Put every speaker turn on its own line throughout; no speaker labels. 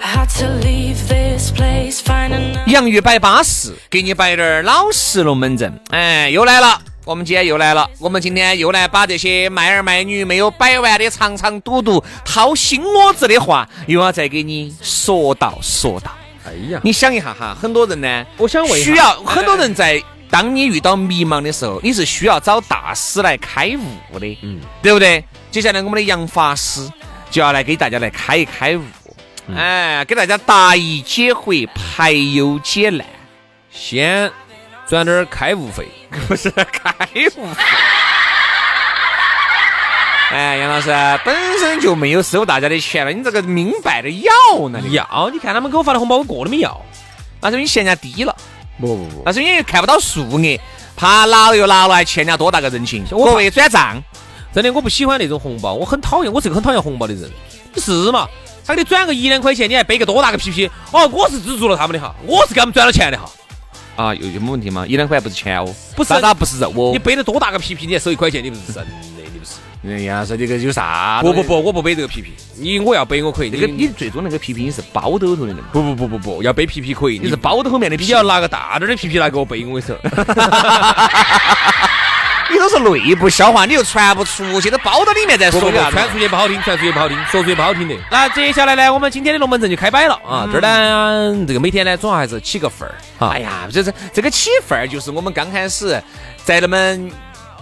I had to leave this place, find another.
洋芋摆巴适，给你摆点儿老实龙门阵。哎，又来了，我们今天又来了，我们今天又来把这些卖儿卖女没有摆完的长长嘟嘟、掏心窝子的话，又要再给你说道说道。
哎呀，
你想一下哈，很多人呢，
我想问一下
需要很多人在当你遇到迷茫的时候，你是需要找大师来开悟的，嗯，对不对？接下来我们的杨法师就要来给大家来开一开悟，
嗯
哎，给大家答疑解惑、排忧解难，
先赚点儿开悟费，
不是开悟。 哎，杨老师本身就没有收大家的钱了，你这个明摆着要呢，你
要哎哦你看他们给我发的红包，我个都没要。
那是因为嫌人家低了。
不不不，
但是因为看不到数额，怕拿了又拿了，还欠人家多大个人情？
我
各位转账，
真的我不喜欢那种红包，我很讨厌，我是个很讨厌红包的人。你是嘛？他给你转个一两块钱，你还背个多大个屁屁？哦，我是资助了他们的哈，我是给他们转了钱的哈。
啊，有有没问题吗？一两块不是钱哦，
不是
那那不是肉哦
你。背得多大个屁屁，你还收一块钱，你不是神的，你不是？
你杨老哎师，这个有啥？
不不，不，我不背这个屁屁，你我要背我可以，
啊那个
你
你最终那个皮皮是包兜头的那个，
不不不不不要背屁屁可以，
你是包兜后面的
你
皮，
要拿个大点儿的屁屁来给我背，我跟你说。
你都是内部消化，你又传不出去，都包到里面再
不
说
不不，
啥子
传出去不好听，传出去不好听，说出去不好听的。那接下来呢，我们今天的龙门阵就开摆了啊！
嗯
这儿呢，这个每天呢，总要还是起个份儿啊。
哎，呀，这是这个起范儿，就是我们刚开始在那么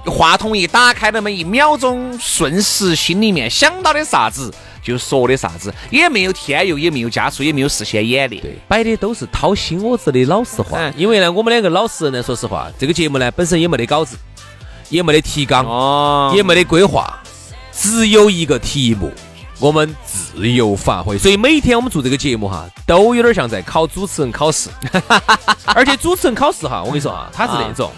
话筒一打开那么一秒钟，瞬时心里面想到的啥子就说的啥子，也没有添油，也没有加醋，也没有事先演练。
对，摆的都是掏心窝子的老实话
嗯。
因为呢，我们两个老实人呢，说实话，这个节目呢本身也没得稿子，也没得提纲，
哦
也没得规划，只有一个题目，我们自由发挥。所以每天我们做这个节目哈，都有点像在考主持人考 试，而且主持人考试哈，我跟你说啊，他是那种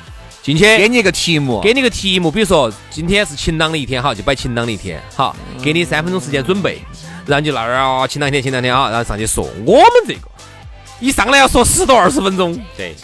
进去
给你一个题目，
给你个题目，比如说今天是晴朗的一天，哈，就摆晴朗的一天，好，
嗯
给你三分钟时间准备，然后你就那儿啊，晴朗一天，晴朗一天啊，然后上去说。我们这个一上来要说十多二十分钟，
对。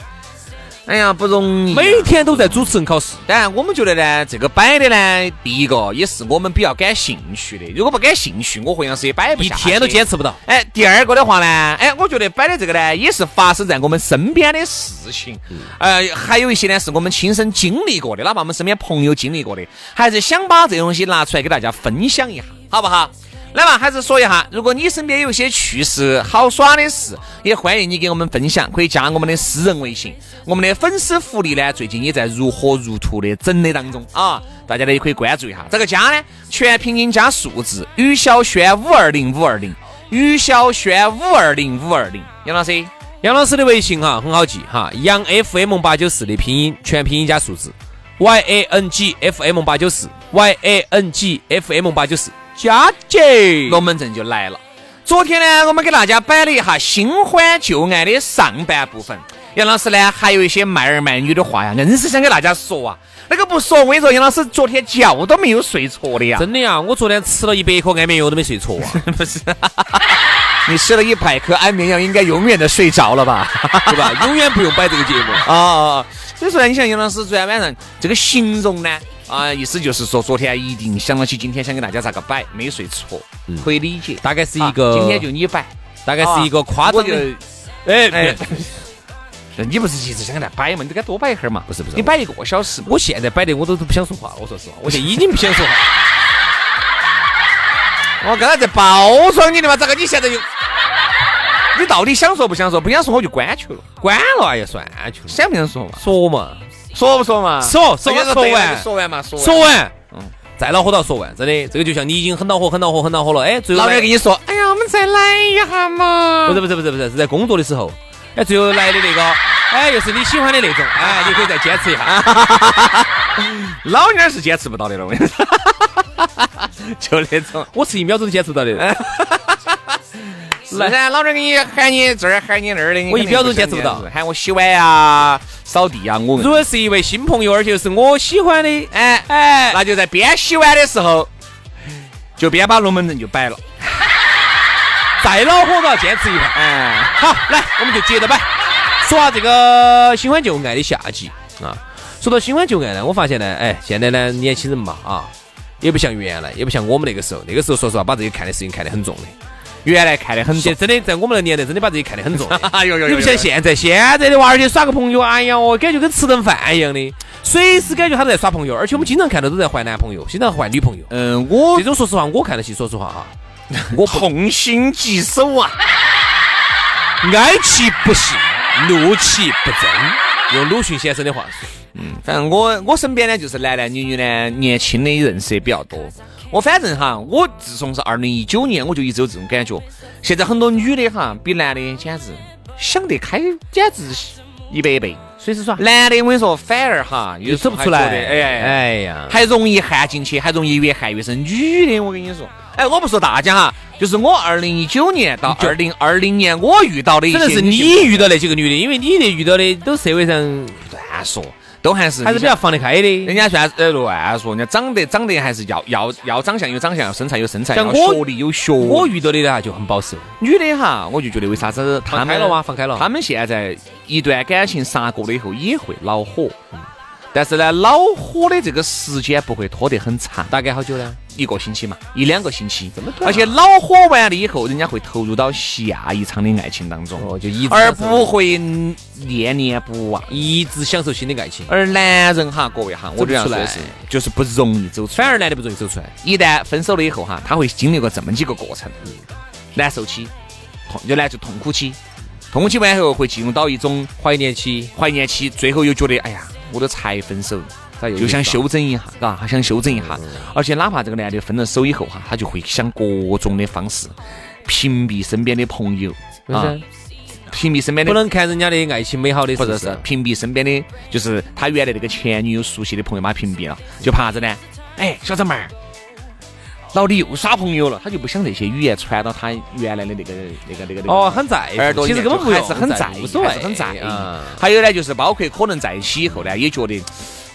哎呀，不容易、
每天都在主持人考试，
当然，我们觉得呢，这个摆的呢，第一个也是我们比较感兴趣的。如果不感兴趣，我会像是也摆不
一
下
天都
去
坚持不到。
哎，第二个的话呢，哎，我觉得摆的这个呢，也是发生在我们身边的事情，呃，还有一些呢是我们亲身经历过的，哪怕我们身边朋友经历过的，还是想把这东西拿出来给大家分享一下，好不好？来嘛，还是说一下，如果你身边有一些趣事、好耍的事，也欢迎你给我们分享，可以加我们的私人微信。我们的粉丝福利呢，最近也在如火如荼的整理当中啊，大家呢也可以关注一下。这个加呢，全拼音加数字，于小轩五二零五二零。于小轩五二零五二零，杨老
嗯
师，
杨老师的微信哈很好记哈，杨 FM 八九四的拼音全拼音加数字，Y A N G F M 八九四，Y A N G F M 八九四，加姐。
龙门阵就来了。昨天呢，我们给大家摆了一下新欢旧爱的上半部分。杨老师呢，还有一些卖儿卖女的话呀，硬是想给大家说啊。那个不说，我跟你说，杨老师昨天觉都没有睡挫的呀。
真的呀，我昨天吃了一百颗安眠药都没睡 着啊。
你吃了一百颗安眠药，应该永远的睡着 了吧？
对吧？永远不用摆这个节目。
啊，所以说呢，你像杨老师昨天晚上这个形容呢，啊，意思就是说昨天一定想到起今天想给大家咋个摆，没睡错，
嗯
可以理解。
大概是一
啊
个，
今天就你摆，
大概是一个夸张的，哎
哎
哎，，
你不是一直想给他摆嘛？你就该多摆一会儿嘛。
不是不是
你摆一个小时嘛。
我现在摆的我都都不想说话了，我说实话，我现在已经不想说话了。
我刚才在包装你的嘛，咋个你现在又？你到底想说不想说？不想说我就关球了，
关了哎呀，算球，
想不想说嘛？
说嘛，
说不说嘛？
说说
这个
说
对了
完
就说完嘛，说完。
说完，
嗯
再恼火到说完，真的，这个就像你已经很恼火、很恼火、很恼火了，哎，最后
老
来
娘跟你说，哎呀，我们再来一下嘛。
不是不是不是不是是在工作的时候，哎，最后来的 那个，哎，又是你喜欢的那种，
啊
哎，你可以再坚持一下，
老娘是坚持不到的了，我跟 你说， 就那种。
我是一秒钟都坚持不到
啊
的，
是噻，老娘给你喊你这儿喊你那儿的，你
我一
肯定
秒钟
不
坚
想
持不到
坚持喊我洗碗呀、扫地呀，我
如果是一位新朋友，而且又是我喜欢的，
哎哎，那就在边洗碗的时候，就边把龙门阵就摆了。
再恼火都要坚持一下。
哎，
好，来，我们就接着摆，说下这个新欢旧爱的下集啊。说到新欢旧爱呢，我发现呢，哎，现在呢，年轻人嘛啊，也不像原来，也不像我们那个时候，那个时候说实话，把这些看的事情看得很重的。
原来看得很
现
重，
在真的在我们那个年代，真的把这些看得很重的。
哎呦呦
你
你
不
不
像
相信？
现在，现在的娃儿去耍个朋友，哎呀，我感觉跟吃顿饭一样的，随时感觉他都在耍朋友，而且我们经常看到都在换男朋友，经常换女朋友。
嗯，我
这种说实话，我看得起，说实话哈，我不
痛心疾首啊！
哀其不幸，怒其不争。用鲁迅先生的话说。
反正我我身边呢，就是男男女女呢，年轻的认识也比较多。我反正哈，我自从是二零一九年，我就一直有这种感觉。现在很多女的哈，比男的简直想得开，简直是一百倍。
随时耍
男的我跟你说，反而哈
又
又
走不出来，
哎哎，
哎呀，
还容易陷进去，还容易越陷越深。女的我跟你说，哎，我不说大家哈，就是我二零一九年到
就
二零二零年我遇到的一
真
些，
的是你遇到那几个女的，因为你那遇到的都社会上
乱说，都还是
还是比
你想
较放得开
人
的。
家算呃乱说，人家长得长得还是要要要长相有长相，身材有身材，
像
要
我
学历有学历。
我遇到的呢就很保守，
女的哈，我就觉得为啥子她
放
们
开了吗？放开了。
她们现在一段感情杀过了以后也会恼火，但是呢，恼火的这个时间不会拖得很长，
大概好久呢？
一个星期嘛，一两个星期。
这么短啊
而且恼火完了以后，人家会投入到下一场的爱情当中，
哦，就一直
而
享受
不会念念不忘。
一直享受新的爱情，
而男人哈，各位哈，我这样说的是
走不出，
就是不容易走出来
反。而男的不容易走出来。
一旦分手了以后哈，他会经历过这么几个过程：难受期、痛，就难就痛苦期，痛苦期完后会进入到一种
怀念期，
怀念期，最后又觉得哎呀，我都才分手，
咋又
就想
遇到了
修整一下，嘎，他想修整一下。而且哪怕这个男的分了手以后哈，他就会想各种的方式屏蔽身边的朋友
为啥
啊，屏蔽身边的
不能看人家的爱情美好的，
不是
是
是？屏蔽身边的，就是他原来那个前女友熟悉的朋友把他屏蔽了，就怕啥子呢？哎，小张妹儿，老李又耍朋友了，他就不想这些语言传到他原来的那个那个那个那个
哦，很在
耳
乎，
朵
其
里面
实根本
就
不
还
用
是很在意，
无所谓
还，是很在意
啊。。
还有呢，就是包括可能在一起以后呢，也觉得。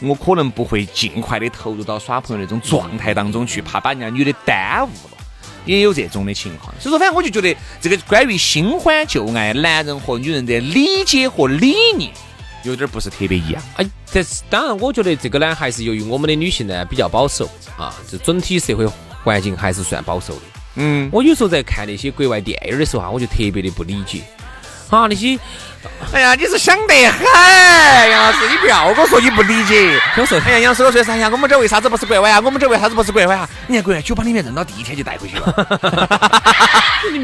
我可能不会尽快的投入到耍朋友那种状态当中去，怕把人家女的耽误了，也有这种的情况。所以说，反正我就觉得这个关于新欢旧爱，男人和女人的理解和理念有点不是特别一样。
哎，这是当然，我觉得这个呢，还是由于我们的女性呢比较保守啊，这整体社会环境还是算保守的。
嗯，
我有时候在看那些国外电影的时候啊，我就特别的不理解。啊，那些
哎呀，你是想得很，杨老师，你不要跟我说你不理解。
我说
哎呀，杨师傅说啥呀？我们这为啥子不是国外啊？我们这为啥子不是国外啊？你看国外酒吧里面扔到第一天就带回去 了。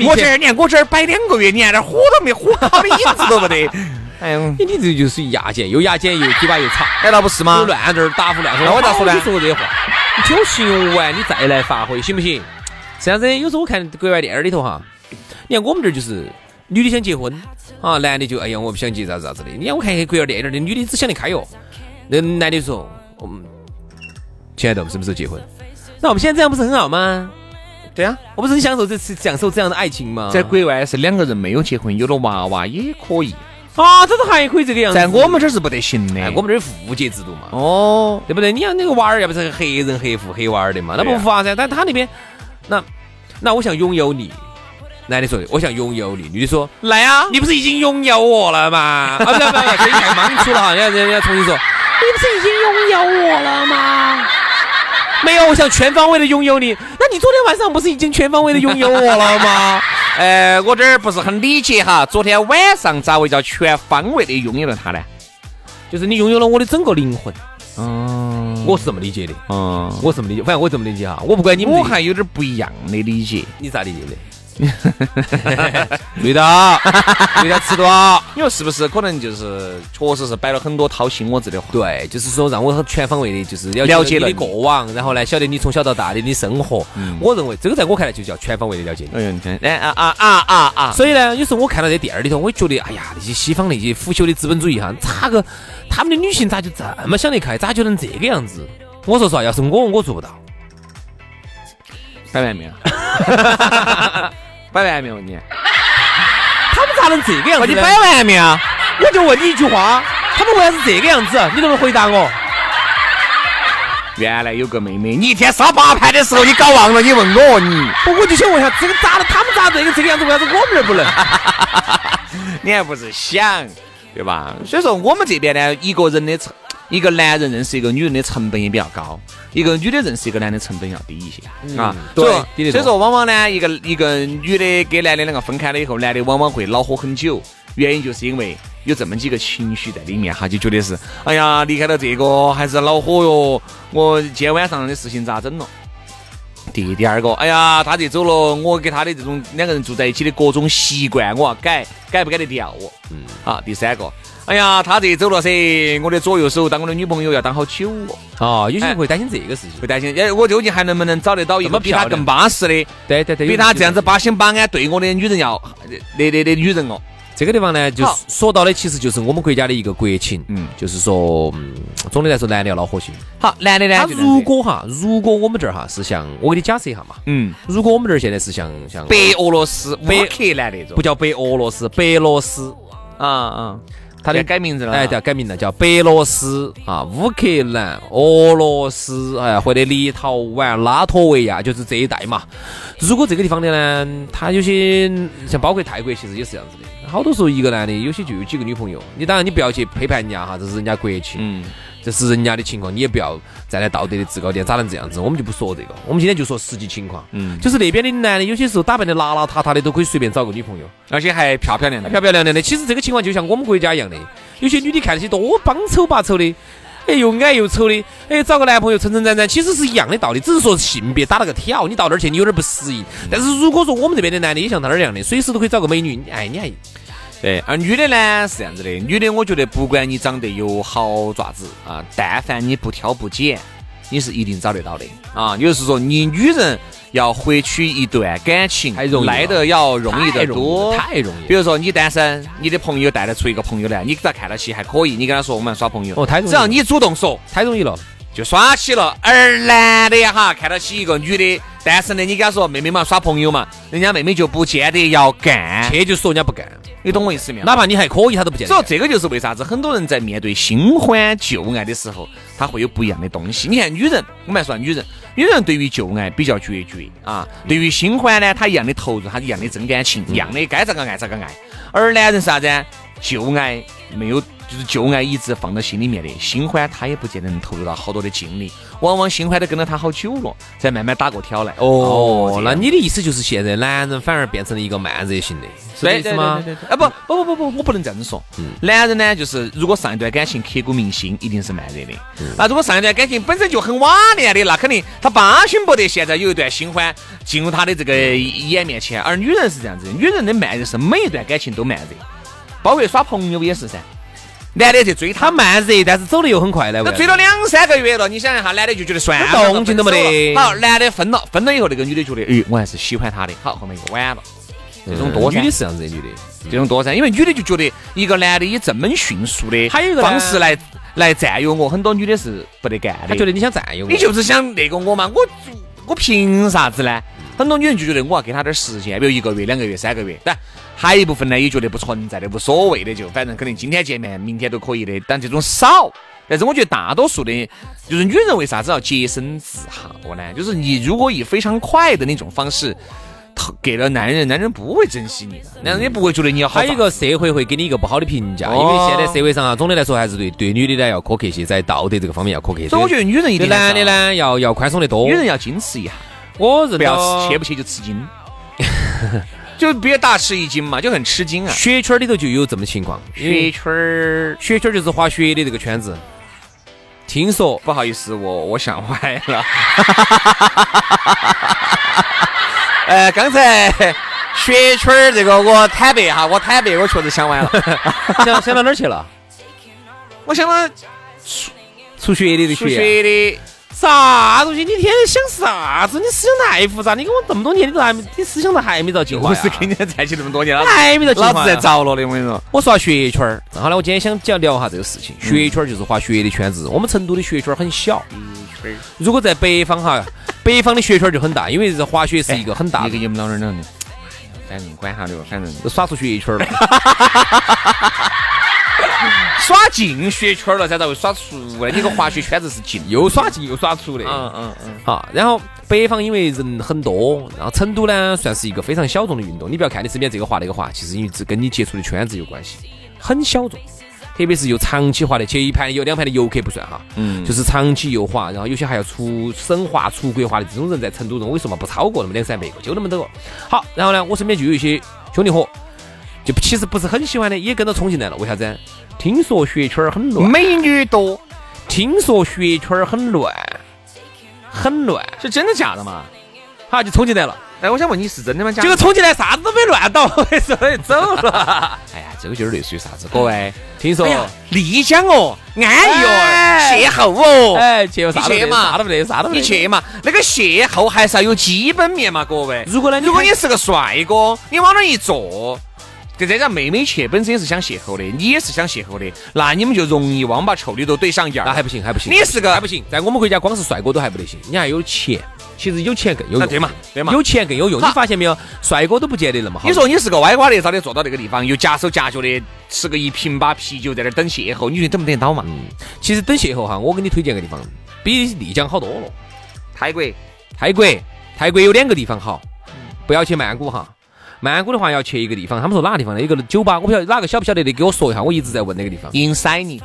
我这儿，你看我这儿摆两个月，你看连火都没火，好的影子都没得。 哎呀，
你这就是牙尖，又牙尖又嘴巴又长，
哎，那不是吗？
乱这儿打胡乱说。
那我咋说呢
你说过这些话，你听我形容完，你再来发挥，行不行？这样子，有时候我看国外电影里头哈，你看我们这儿就是女的想结婚啊，男的就哎呀我不想结啥子啥子的。你看我看一些国外电影的女的只想得开哟，那男的说，嗯，亲爱的，我们什么时候结婚？那我们现在这样不是很好吗？
对啊，
我不是很享受这次享受这样的爱情吗？
在国外是两个人没有结婚，有了娃娃也可以，
啊，这都还可以这个样子。
在我嗯们这儿是不得行的
哎，。我们这儿父节制度嘛，
哦，
对不对？你看那个娃儿，要不是黑人黑父黑娃儿的嘛，那
对
不
呀
法噻。但他那边，那那我想拥有你，男的说的，我想拥有你，女的说，
来啊！
你不是已经拥有我了吗？啊，不要不要，可以太莽出了哈，人家人家重新说，你不是已经拥有我了吗？没有，我想全方位的拥有你。那你昨天晚上不是已经全方位的拥有我了吗？
呃，我这儿不是很理解哈，昨天晚上咋会叫全方位的拥有了他呢？
就是你拥有了我的整个灵魂，
嗯，
我是这么理解的，
嗯，
我是这么理解，反正我这么理解哈，我不管你们
我
自己
还有点不一样的理解。
你咋理解的？ 对
啊
的，对的，吃多。
你说是不是？可能就是确实是摆了很多掏心窝子的话。
对，就是说让我全方位的，就是了
了解
你的
了你
过往，然后呢，晓得你从小到大的你生活。我认为这个在我看来就叫全方位的了解你。
哎呦，你看，哎啊啊啊啊啊！
所以呢，有时候我看到这电影里头，我觉得，哎呀，那些西方那些腐朽的资本主义哈，咋个他们的女性咋就这么想得开，咋就能这个样子？我说实话，要是我，我做不到。
摆完没有？ 摆完没有你？
他们咋能这个样
哦
子？
你摆完没有？
我就问你一句话，他们为啥是这个样子？啊你能不能回答 我？
原来有个妹妹，你一天杀八盘的时候，你搞忘了，你问我你，
不，我就想问一下，这个咋了？他们咋这个这个样子？为啥子我们这儿不能？
你还不是想，对吧？所以说我们这边呢，一个人的成，一个男人认识一个女人的成本也比较高，一个女的认识一个男的成本要低一些、啊。
嗯对
所以说
低得多
所以说往往呢，一个一个女的跟男的两个分开了以后，男的往往会恼火很久，原因就是因为。有这么几个情绪在里面哈，就觉得是，哎呀，离开了这个还是恼火哟。我今天晚上的事情咋整了？第第二个，哎呀，他这走了，我给他的这种两个人住在一起的各种习惯，我要改，改不改得掉我？嗯。啊，第三个，哎呀，他这走了噻，我的左右手当我的女朋友要当好久哦，
哦，有些人会担心这个事情。
会担心，哎，我究竟还能不能找得到一
这
个
么
比他
漂亮
更巴适的，
对对对，
比他这样子八心八安对我的女人要呃那那那女人哦？
这个地方呢，就
好
说到的其实就是我们国家的一个国情，
嗯
就是说，嗯总的来说，男的要恼火性。
好，男的呢？
他
就这样子
如果哈，如果我们这儿哈是像，我给你假设一下嘛，
嗯，
如果我们这儿现在是像像
白俄罗斯
白
乌克兰那种
不，叫白俄罗斯，白罗斯，
啊啊，
他的
要改名字了啊，
哎，叫改名了，叫白罗斯啊，乌克兰、俄罗斯，哎，或者立陶宛、拉脱维亚，就是这一带嘛。如果这个地方的呢，他有些像包括泰国，其实也是这样子的。好多时候一个男的，有些就有几个女朋友。你当然你不要去批判人家哈，这是人家国情，
嗯，
这是人家的情况，你也不要站在道德的制高点，咋能这样子？我们就不说这个，我们今天就说实际情况。
嗯
就是那边的男的，有些时候打扮的邋邋遢遢的，都可以随便找个女朋友。
而且还漂漂亮亮的
漂。漂亮亮的。其实这个情况就像我们国家一样的，有些女的看起多帮丑吧丑的，哎，又矮又丑的，哎，找个男朋友撑撑展展，其实是一样的道理，只是说性别打了个挑，你到那儿去你有点不适应。但是如果说我们这边的男的也像他那儿一样的，随时都可以找个美女，哎，你还
对，而女的呢是这样子的，女的我觉得不管你长得有好爪子啊，但凡你不挑不拣，你是一定找得到的啊。也就是说，你女人要获取一段感情，
太容易了
来的要容易
太
得
容易
多，
了太容易了
比如说你单身，你的朋友带得出一个朋友来，你给他看得起还可以，你跟他说我们要耍朋友，
哦太容易了
只要你主动说，
太容易了。
就耍起了。而男的哈，看到起一个女的单身的，你跟他说妹妹嘛耍朋友嘛，人家妹妹就不见得要干，
去就说人家不干，
你懂我意思没有？
哪怕你还可以，他都不见
所以
得。
哎这个就是为啥子很多人在面对新欢旧爱的时候，他会有不一样的东西。你看女人，我们来说下女人，女人对于旧爱比较决绝啊，
嗯
对于新欢呢，她一样的投入，她一样的真感情，一样的该咋个爱咋个爱。而男人是啥子啊？旧爱没有，就是旧爱一直放到心里面的，新欢他也不见得能投入到好多的精力，往往新欢都跟了他好久了，才慢慢打过挑来。
哦，
这
那
样
你的意思就是现在男人反而变成了一个慢热型的，是这
对
意思
对
吗嗯
对？对对，啊不不不不不，我不能这样子说。男人呢，就是如果上一段感情刻骨铭心，一定是慢热的。
嗯
啊，如果上一段感情本身就很瓦凉的，那肯定他巴心不得现在有一段新欢进入他的这个眼面前。而女人是这样子的，女人的慢热是每一段感情都慢热，包括耍朋友也是噻。男的去追她
他，慢热，但是走的又很快来。
那
为啥
追
子
了两三个月了，你想一下，男的就觉得算了，
动静都没得
分手了好，男的分了，分了以后，那个女的觉得，哎，我还是喜欢他的。好，后面又晚了，这种多
嗯
噻
女的是这样子的，女的。
这种多噻，因为女的就觉得一个男的以这么迅速的
还有一个呢
方式来来占有我，很多女的是不得干的。
他觉得你想占有我，
你就是想那个我嘛，我我凭啥子呢？很多女人就觉得我要给他点时间，比如一个月、两个月、三个月。但还有一部分呢，也觉得不存在的，无所谓的，就反正肯定今天见面，明天都可以的。但这种少，但是我觉得大多数的，就是女人为啥子要洁身自好呢？就是你如果以非常快的那种方式。投给了男人，男人不会珍惜你的，男人也不会觉得你要好。
还有一个社会会给你一个不好的评价，因为
哦
现在社会上啊，总的来说还是对对女的呢要苛刻些，在道德这个方面要苛刻些。
所以我觉得女人一
对
定
男的，呢要要宽松得多。
女人要矜持一下，
我认
不要切
到
不切就吃惊， 就别大吃一惊嘛，就很吃惊啊。
雪圈里头就有这么情况，因
雪
为
圈儿，
雪圈就是滑雪的这个圈子。听说
不好意思，我我想歪 了。呃，刚才雪圈儿这个我坦白哈，我坦白，我确实想完了，
想想到哪儿去了？
我想到
出血的这
出
血
血的。
啥东西？你天天想啥子？你思想太复杂。你跟我这么多年，你都还没，你思想都还没到进化
我
呀
是跟你在啊一起那么多年了，
还没到进化呀
老子在着了的，我跟你说。
我说下雪圈儿，然后呢，我今天想讲聊一下这个事情。雪圈儿就是滑雪的圈子，我们成都的雪圈儿很小。如果在北方哈，北方的雪圈儿就很大，因为这滑雪是一个很大
你
的
给，你们老人哎弄的，反正管他的吧，反正
都耍出雪圈儿了。
耍进雪圈了，才咋会耍出来？你个滑雪圈子是进的，
又耍进又耍出的。
嗯嗯嗯，
好，啊然后北方因为人很多，然后成都呢算是一个非常小众的运动。你不要看你身边这个滑那个滑，其实因为这跟你接触的圈子有关系，很小众。特别是又长期滑的，前一盘有两盘的游客不算哈，嗯，就是长期游滑，然后有些还要出省滑、出国滑的这种人，在成都人我跟你说嘛，不超过那么两三百个，就那么多个。好，然后呢，我身边就有一些兄弟伙，就其实不是很喜欢的，也跟着冲进来了。为啥子？听说雪圈儿很乱，
美女多，
听说雪圈儿很乱，很乱。
是真的假的嘛？
好，就冲进来了。
哎，我想问你是真的吗？假
结
的
果冲进来啥子都没乱到， 我跟你说就走了。
哎呀，这个就是类似于啥子？各位，
听说
哎呀，丽江哦，安逸哦，
哎
邂逅哦，
哎，去啥都
你
没
去
得，
嘛
啥都没得，啥都没
你
得。
去嘛，那个邂逅还是要有基本面嘛，各位。
如果呢，
如果
看
你是个帅哥，你往那儿一坐，跟人家妹妹去，本身也是想邂逅的，你也是想邂逅的，那你们就容易王八臭里头怼上眼儿。
那啊还不行，还不行。
你是个
还不行，在我们国家光是帅哥都还不得行，你还有钱。其实有钱更有
啊
用，
对嘛对嘛
有钱更有用，你
好
发现没有？帅哥都不见得那么好。
你说你是个歪瓜裂枣的，坐到那个地方，又夹手夹脚的吃个一瓶把啤酒，在那儿等邂逅，你觉得等不等得到嘛？
其实等邂逅哈，我给你推荐个地方，比丽江好多了。
泰国
泰国，泰国有两个地方好，不要去曼谷哈。曼谷的话要去一个地方，他们说哪个地方呢？有个酒吧，我不晓得哪个晓不晓得的，给我说一下，我一直在问那个地方。
银塞尼体，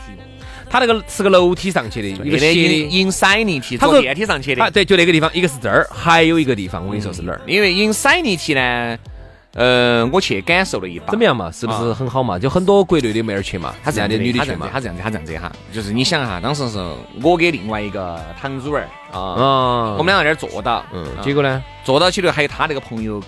它那个是个楼梯上去的，一
一
个
个
斜
银
的。
银塞尼体，
他
坐
说
电梯上去
啊，
的。嗯
对，就那个地方，一个是这儿，还有一个地方，我跟你说是哪儿？
因为银塞尼体呢，呃，我去感受了一把，
怎么样嘛？是不是很好嘛？就很多国内的妹儿去嘛，
啊他这
男的
样的
女的
他
去
这样
嘛
的，。他这样的，他这样子哈，就是你想哈，当时是我给另外一个堂主儿啊，
啊，
我们两个在那儿坐到，
嗯，
啊
结果呢，
坐到起头还有他那个朋友，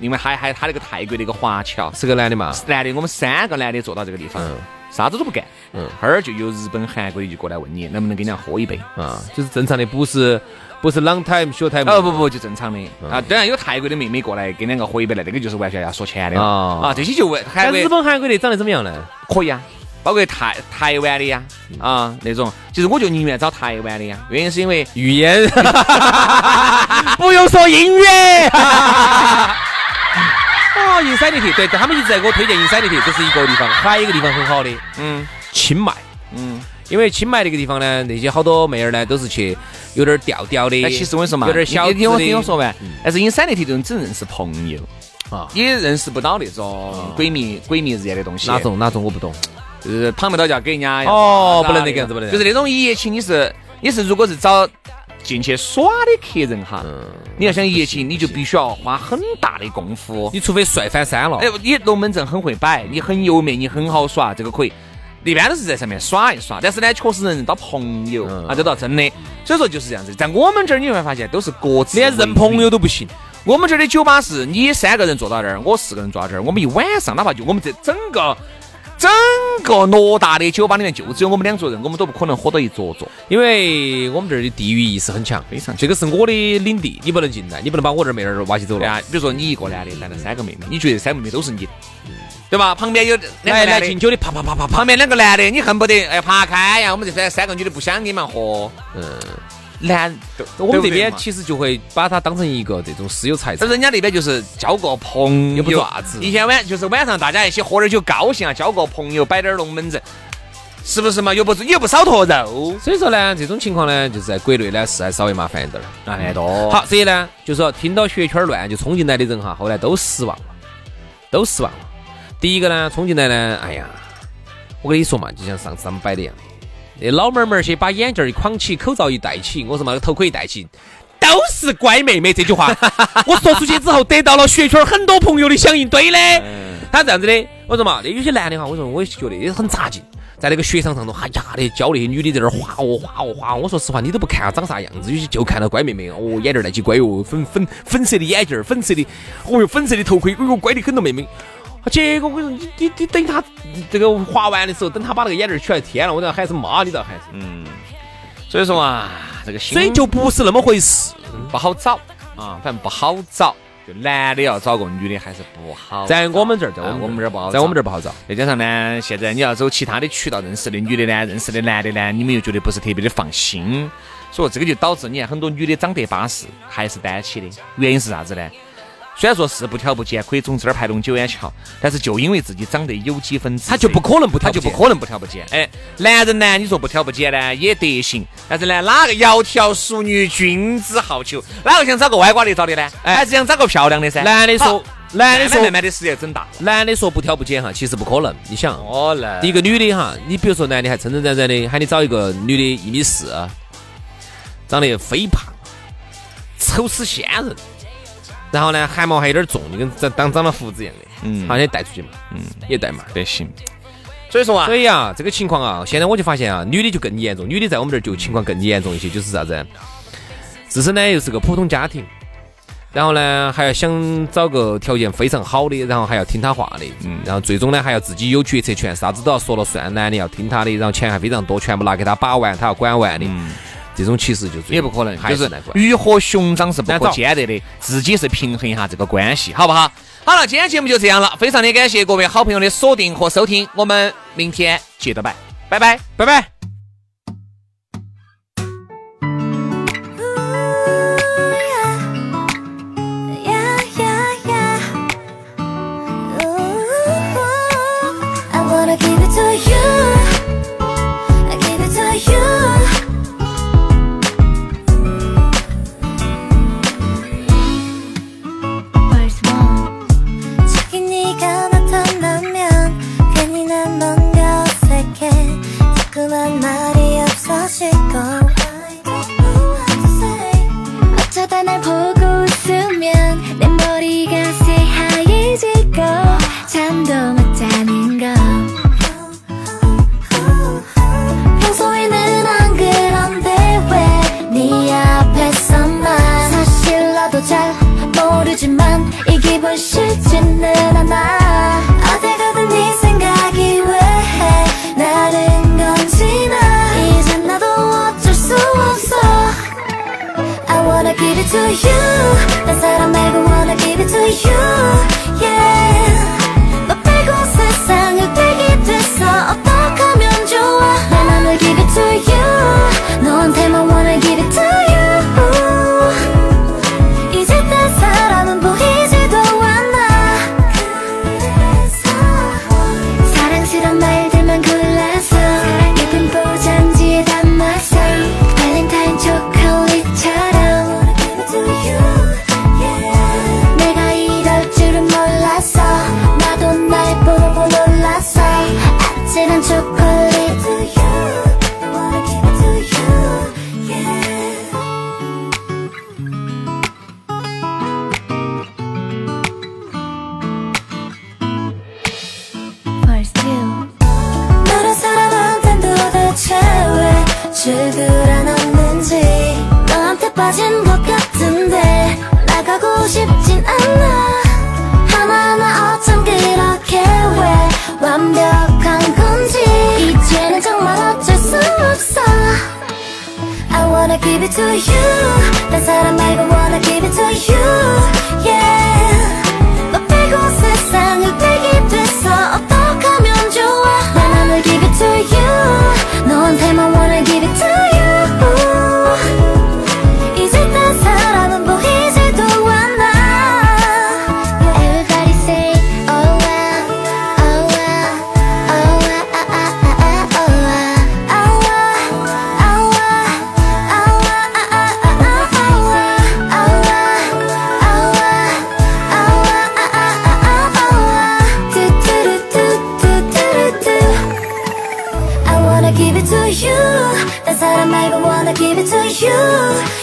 另外还还有他那个泰国的一个华侨，
是个男的嘛，
男的，我们三个男的坐到这个地方
啊嗯，
啥子都不干，嗯，哈儿就有日本、韩国的就过来问你能不能跟人家喝一杯，
啊，就是正常的，不是不是 long time short time。
哦不不，就正常的啊，当然有泰国的妹妹过来跟两个喝一杯，那这个就是完全要说钱的了
啊
啊，这些就问韩
但日
国
本、韩国的长得怎么样呢？
可以啊。包括台台湾的呀，啊那种，其实我就宁愿找台湾的呀，原因是因为
语言， 不用说音乐。 哦，银山地铁，对，他们一直在给我推荐银山地铁，这是一个地方，还有一个地方很好的，
嗯
清迈。
嗯，
因为清迈那个地方呢，那些好多妹儿呢都是去有点调调的。
那哎其实我跟你说嘛，
有点小
你你听我
资的嗯
听我说完，但是因三 D 体这种只认识朋友
啊
也认识不到那种闺蜜闺蜜之间的东西，
哪种哪种我不懂。
就是旁不到就要给人家
哦
要
不能那个样子不能那个样子
就是那种一夜情，你是你是如果是找进去耍的客人哈，
嗯
你要想一夜情，你就必须要花很大的功夫。
你除非帅翻山了，
哎，你龙门阵很会摆，你很油面，你很好耍，这个可以。一般都是在上面耍一耍，但是呢，确实能到朋友、
嗯
啊，这倒真的。所以说就是这样子，在我们这儿你会发现都是各自
连
为
认
主
朋友都不行。
我们这儿的酒吧是你三个人坐到这儿，我四个人坐到这儿，我们一晚上，哪怕就我们这整个整个偌大的酒吧里面，就只有我们两桌人，我们都不可能喝到一桌桌。
因为我们这儿的地域意识很强，
非常强
这个是我的领地，你不能进来，你不能把我这儿妹儿挖起走
对
了。
啊，比如说你一个男的带了三个妹妹，你觉得三个妹妹都是你的，对吧？旁边有两
嗯来
个男
来
的
敬。酒的，啪啪啪啪啪
旁，边两个男的，你恨不得哎爬开呀！我们这三三个女的不想跟你们喝，嗯，男，
我们这
对不对
边
嘛
其实就会把它当成一个这种私有财产
但。人家那边就是交个朋友，
又不做啥子
一天晚就是晚上大家一起喝点酒，高兴啊，交个朋友，摆点龙门阵，是不是嘛？又不又不少坨肉，
所以说呢，这种情况呢，就是在国内呢是还稍微麻烦一点儿。
哎，多好，
好，这些呢，就说听到雪圈乱就冲进来的人哈，后来都失望了，都失望了。第一个呢，冲进来呢，哎呀，我跟你说嘛，就像上次咱们摆的一样的，那老妹儿们儿些把眼镜儿一框起，口罩一戴起，我说嘛，那个头盔一戴起，都是乖妹妹这句话， 我说出去之后得到了雪圈很多朋友的响应，对的。他这样子的，我说嘛，那有些男的哈，我说我也觉得也很扎劲。在那个雪场上头，哎呀的教那些女的在那儿哗哦哗哦哗哦。我说实话，你都不看她长啥样子，就看到乖妹妹哦，眼帘儿带起乖哟，粉粉粉色的眼镜儿，粉色的，哦哟，粉色的头盔，哦哟，乖的很多妹妹。啊结果我跟你说，你你你等她这个滑完的时候，等她把那个眼帘儿取来，天了，我都要喊声妈，你都要喊声，
所以说啊，这个心
所以就不是那么回事。
不好找啊，反正不好找。就男的要找个女的还是不好找，
在我们这儿，在
啊我
我
们
们
这儿不好，
在我们这儿。不好找。
再加上呢，现在你要走其他的渠道认识的女的呢，认识的男的呢，你们又觉得不是特别的放心，所以这个就导致你看很多女的长得巴适，还是单起的，原因是啥子呢？虽然说是不挑不拣，可以总之儿排龙九眼桥，但是就因为自己长得有几分姿色，
他就不可能不挑不
他就
拣
不可能不挑不拣。哎，男人呢，你说不挑不拣呢也得行，但是呢，哪个窈窕淑女，君子好逑？哪个想找个歪瓜裂枣的呢？哎还是想找个漂亮的噻？
男的说
好，
男的
慢慢慢
说，
慢的事业整大了。
男的说不挑不拣哈，其实不可能。你想，啊
哦嘞
一个女的哈，你比如说男的还撑撑展展的，喊你找一个女的一米四，长得肥胖，丑死仙人，然后呢汗毛还有点重，就跟长当长了胡子一样的，
嗯
好像带出去嘛，嗯，也带嘛。
得行。所以说啊
所，以啊，这个情况啊，现在我就发现啊，女的就更严重，女的在我们这儿就情况更严重一些，就是啥子？自身呢又是个普通家庭，然后呢还要想找个条件非常好的，然后还要听她话的，嗯，然后最终呢还要自己有决策权，啥子都要说了算，男的要听她的，然后钱还非常多，全部拿给她把玩，她要管完的，这种其实就最
嗯也不可能，
还
就是是
难管。
鱼和熊掌是不
难
可
找
兼得的，自己是平衡一下这个关系，好不好？好了，今天节目就这样了，非常的感谢各位好朋友的锁定和收听，我们明天接着拜，拜拜，拜拜。
Yeah, yeah, yeah. Ooh, I wanna give it to you. I give it to you. First one. 저기 네가 나타나면 괜히 난 뭔가 어색해. 자꾸만 말이 없어지고. I don't know what to say. 어쩌다 날 보고 웃으면 내 머리가 새하얘지고 잠도 못 자는 거 평소에는 안 그런데 왜 네 앞에서만 사실 나도 잘 모르지만 이 기분 싫지는 않아 어디 가든 네 생각이 왜 나른 건지나 이젠 나도 어쩔 수 없어 I wanna give it to you 난 사람 말고 wanna give it to you Yeah 너 빼고 세상을 빼기 됐어 어떡하면 좋아 난 맘을 give it to you 너한테만 wanna give it to you 이제 딴 사람은 보이지도 않아 그래서 사랑스런 말들만 골라서 예쁜 포장지에 담아서 발렌타인 초콜릿처럼 내가 이럴 줄은 몰랐어 나도 날 보고 놀랐어 아찔한 초콜릿 Yeah. 너를 사랑한단 도대체 왜 줄을 안 없는지 너한테 빠진 것 같은데 나가고 싶진 않아 하나하나 어쩜 그렇게 왜 완벽한 건지 이제는 정말 어쩔 수 없어 I wanna give it to you 난 사람 말고 wanna give it to you Yeah 너 빼고 세상을 빼기 됐어 어떡하면 좋아 난 맘을 give it to you 너한테만 wanna give it to you 이제 딴 사람은 보이지도 않아 Everybody say oh wow oh wow oh wow ah, ah, ah, ah, oh wow oh wow oh wow I wanna give it to you. 난 사람 말고 wanna give it to you.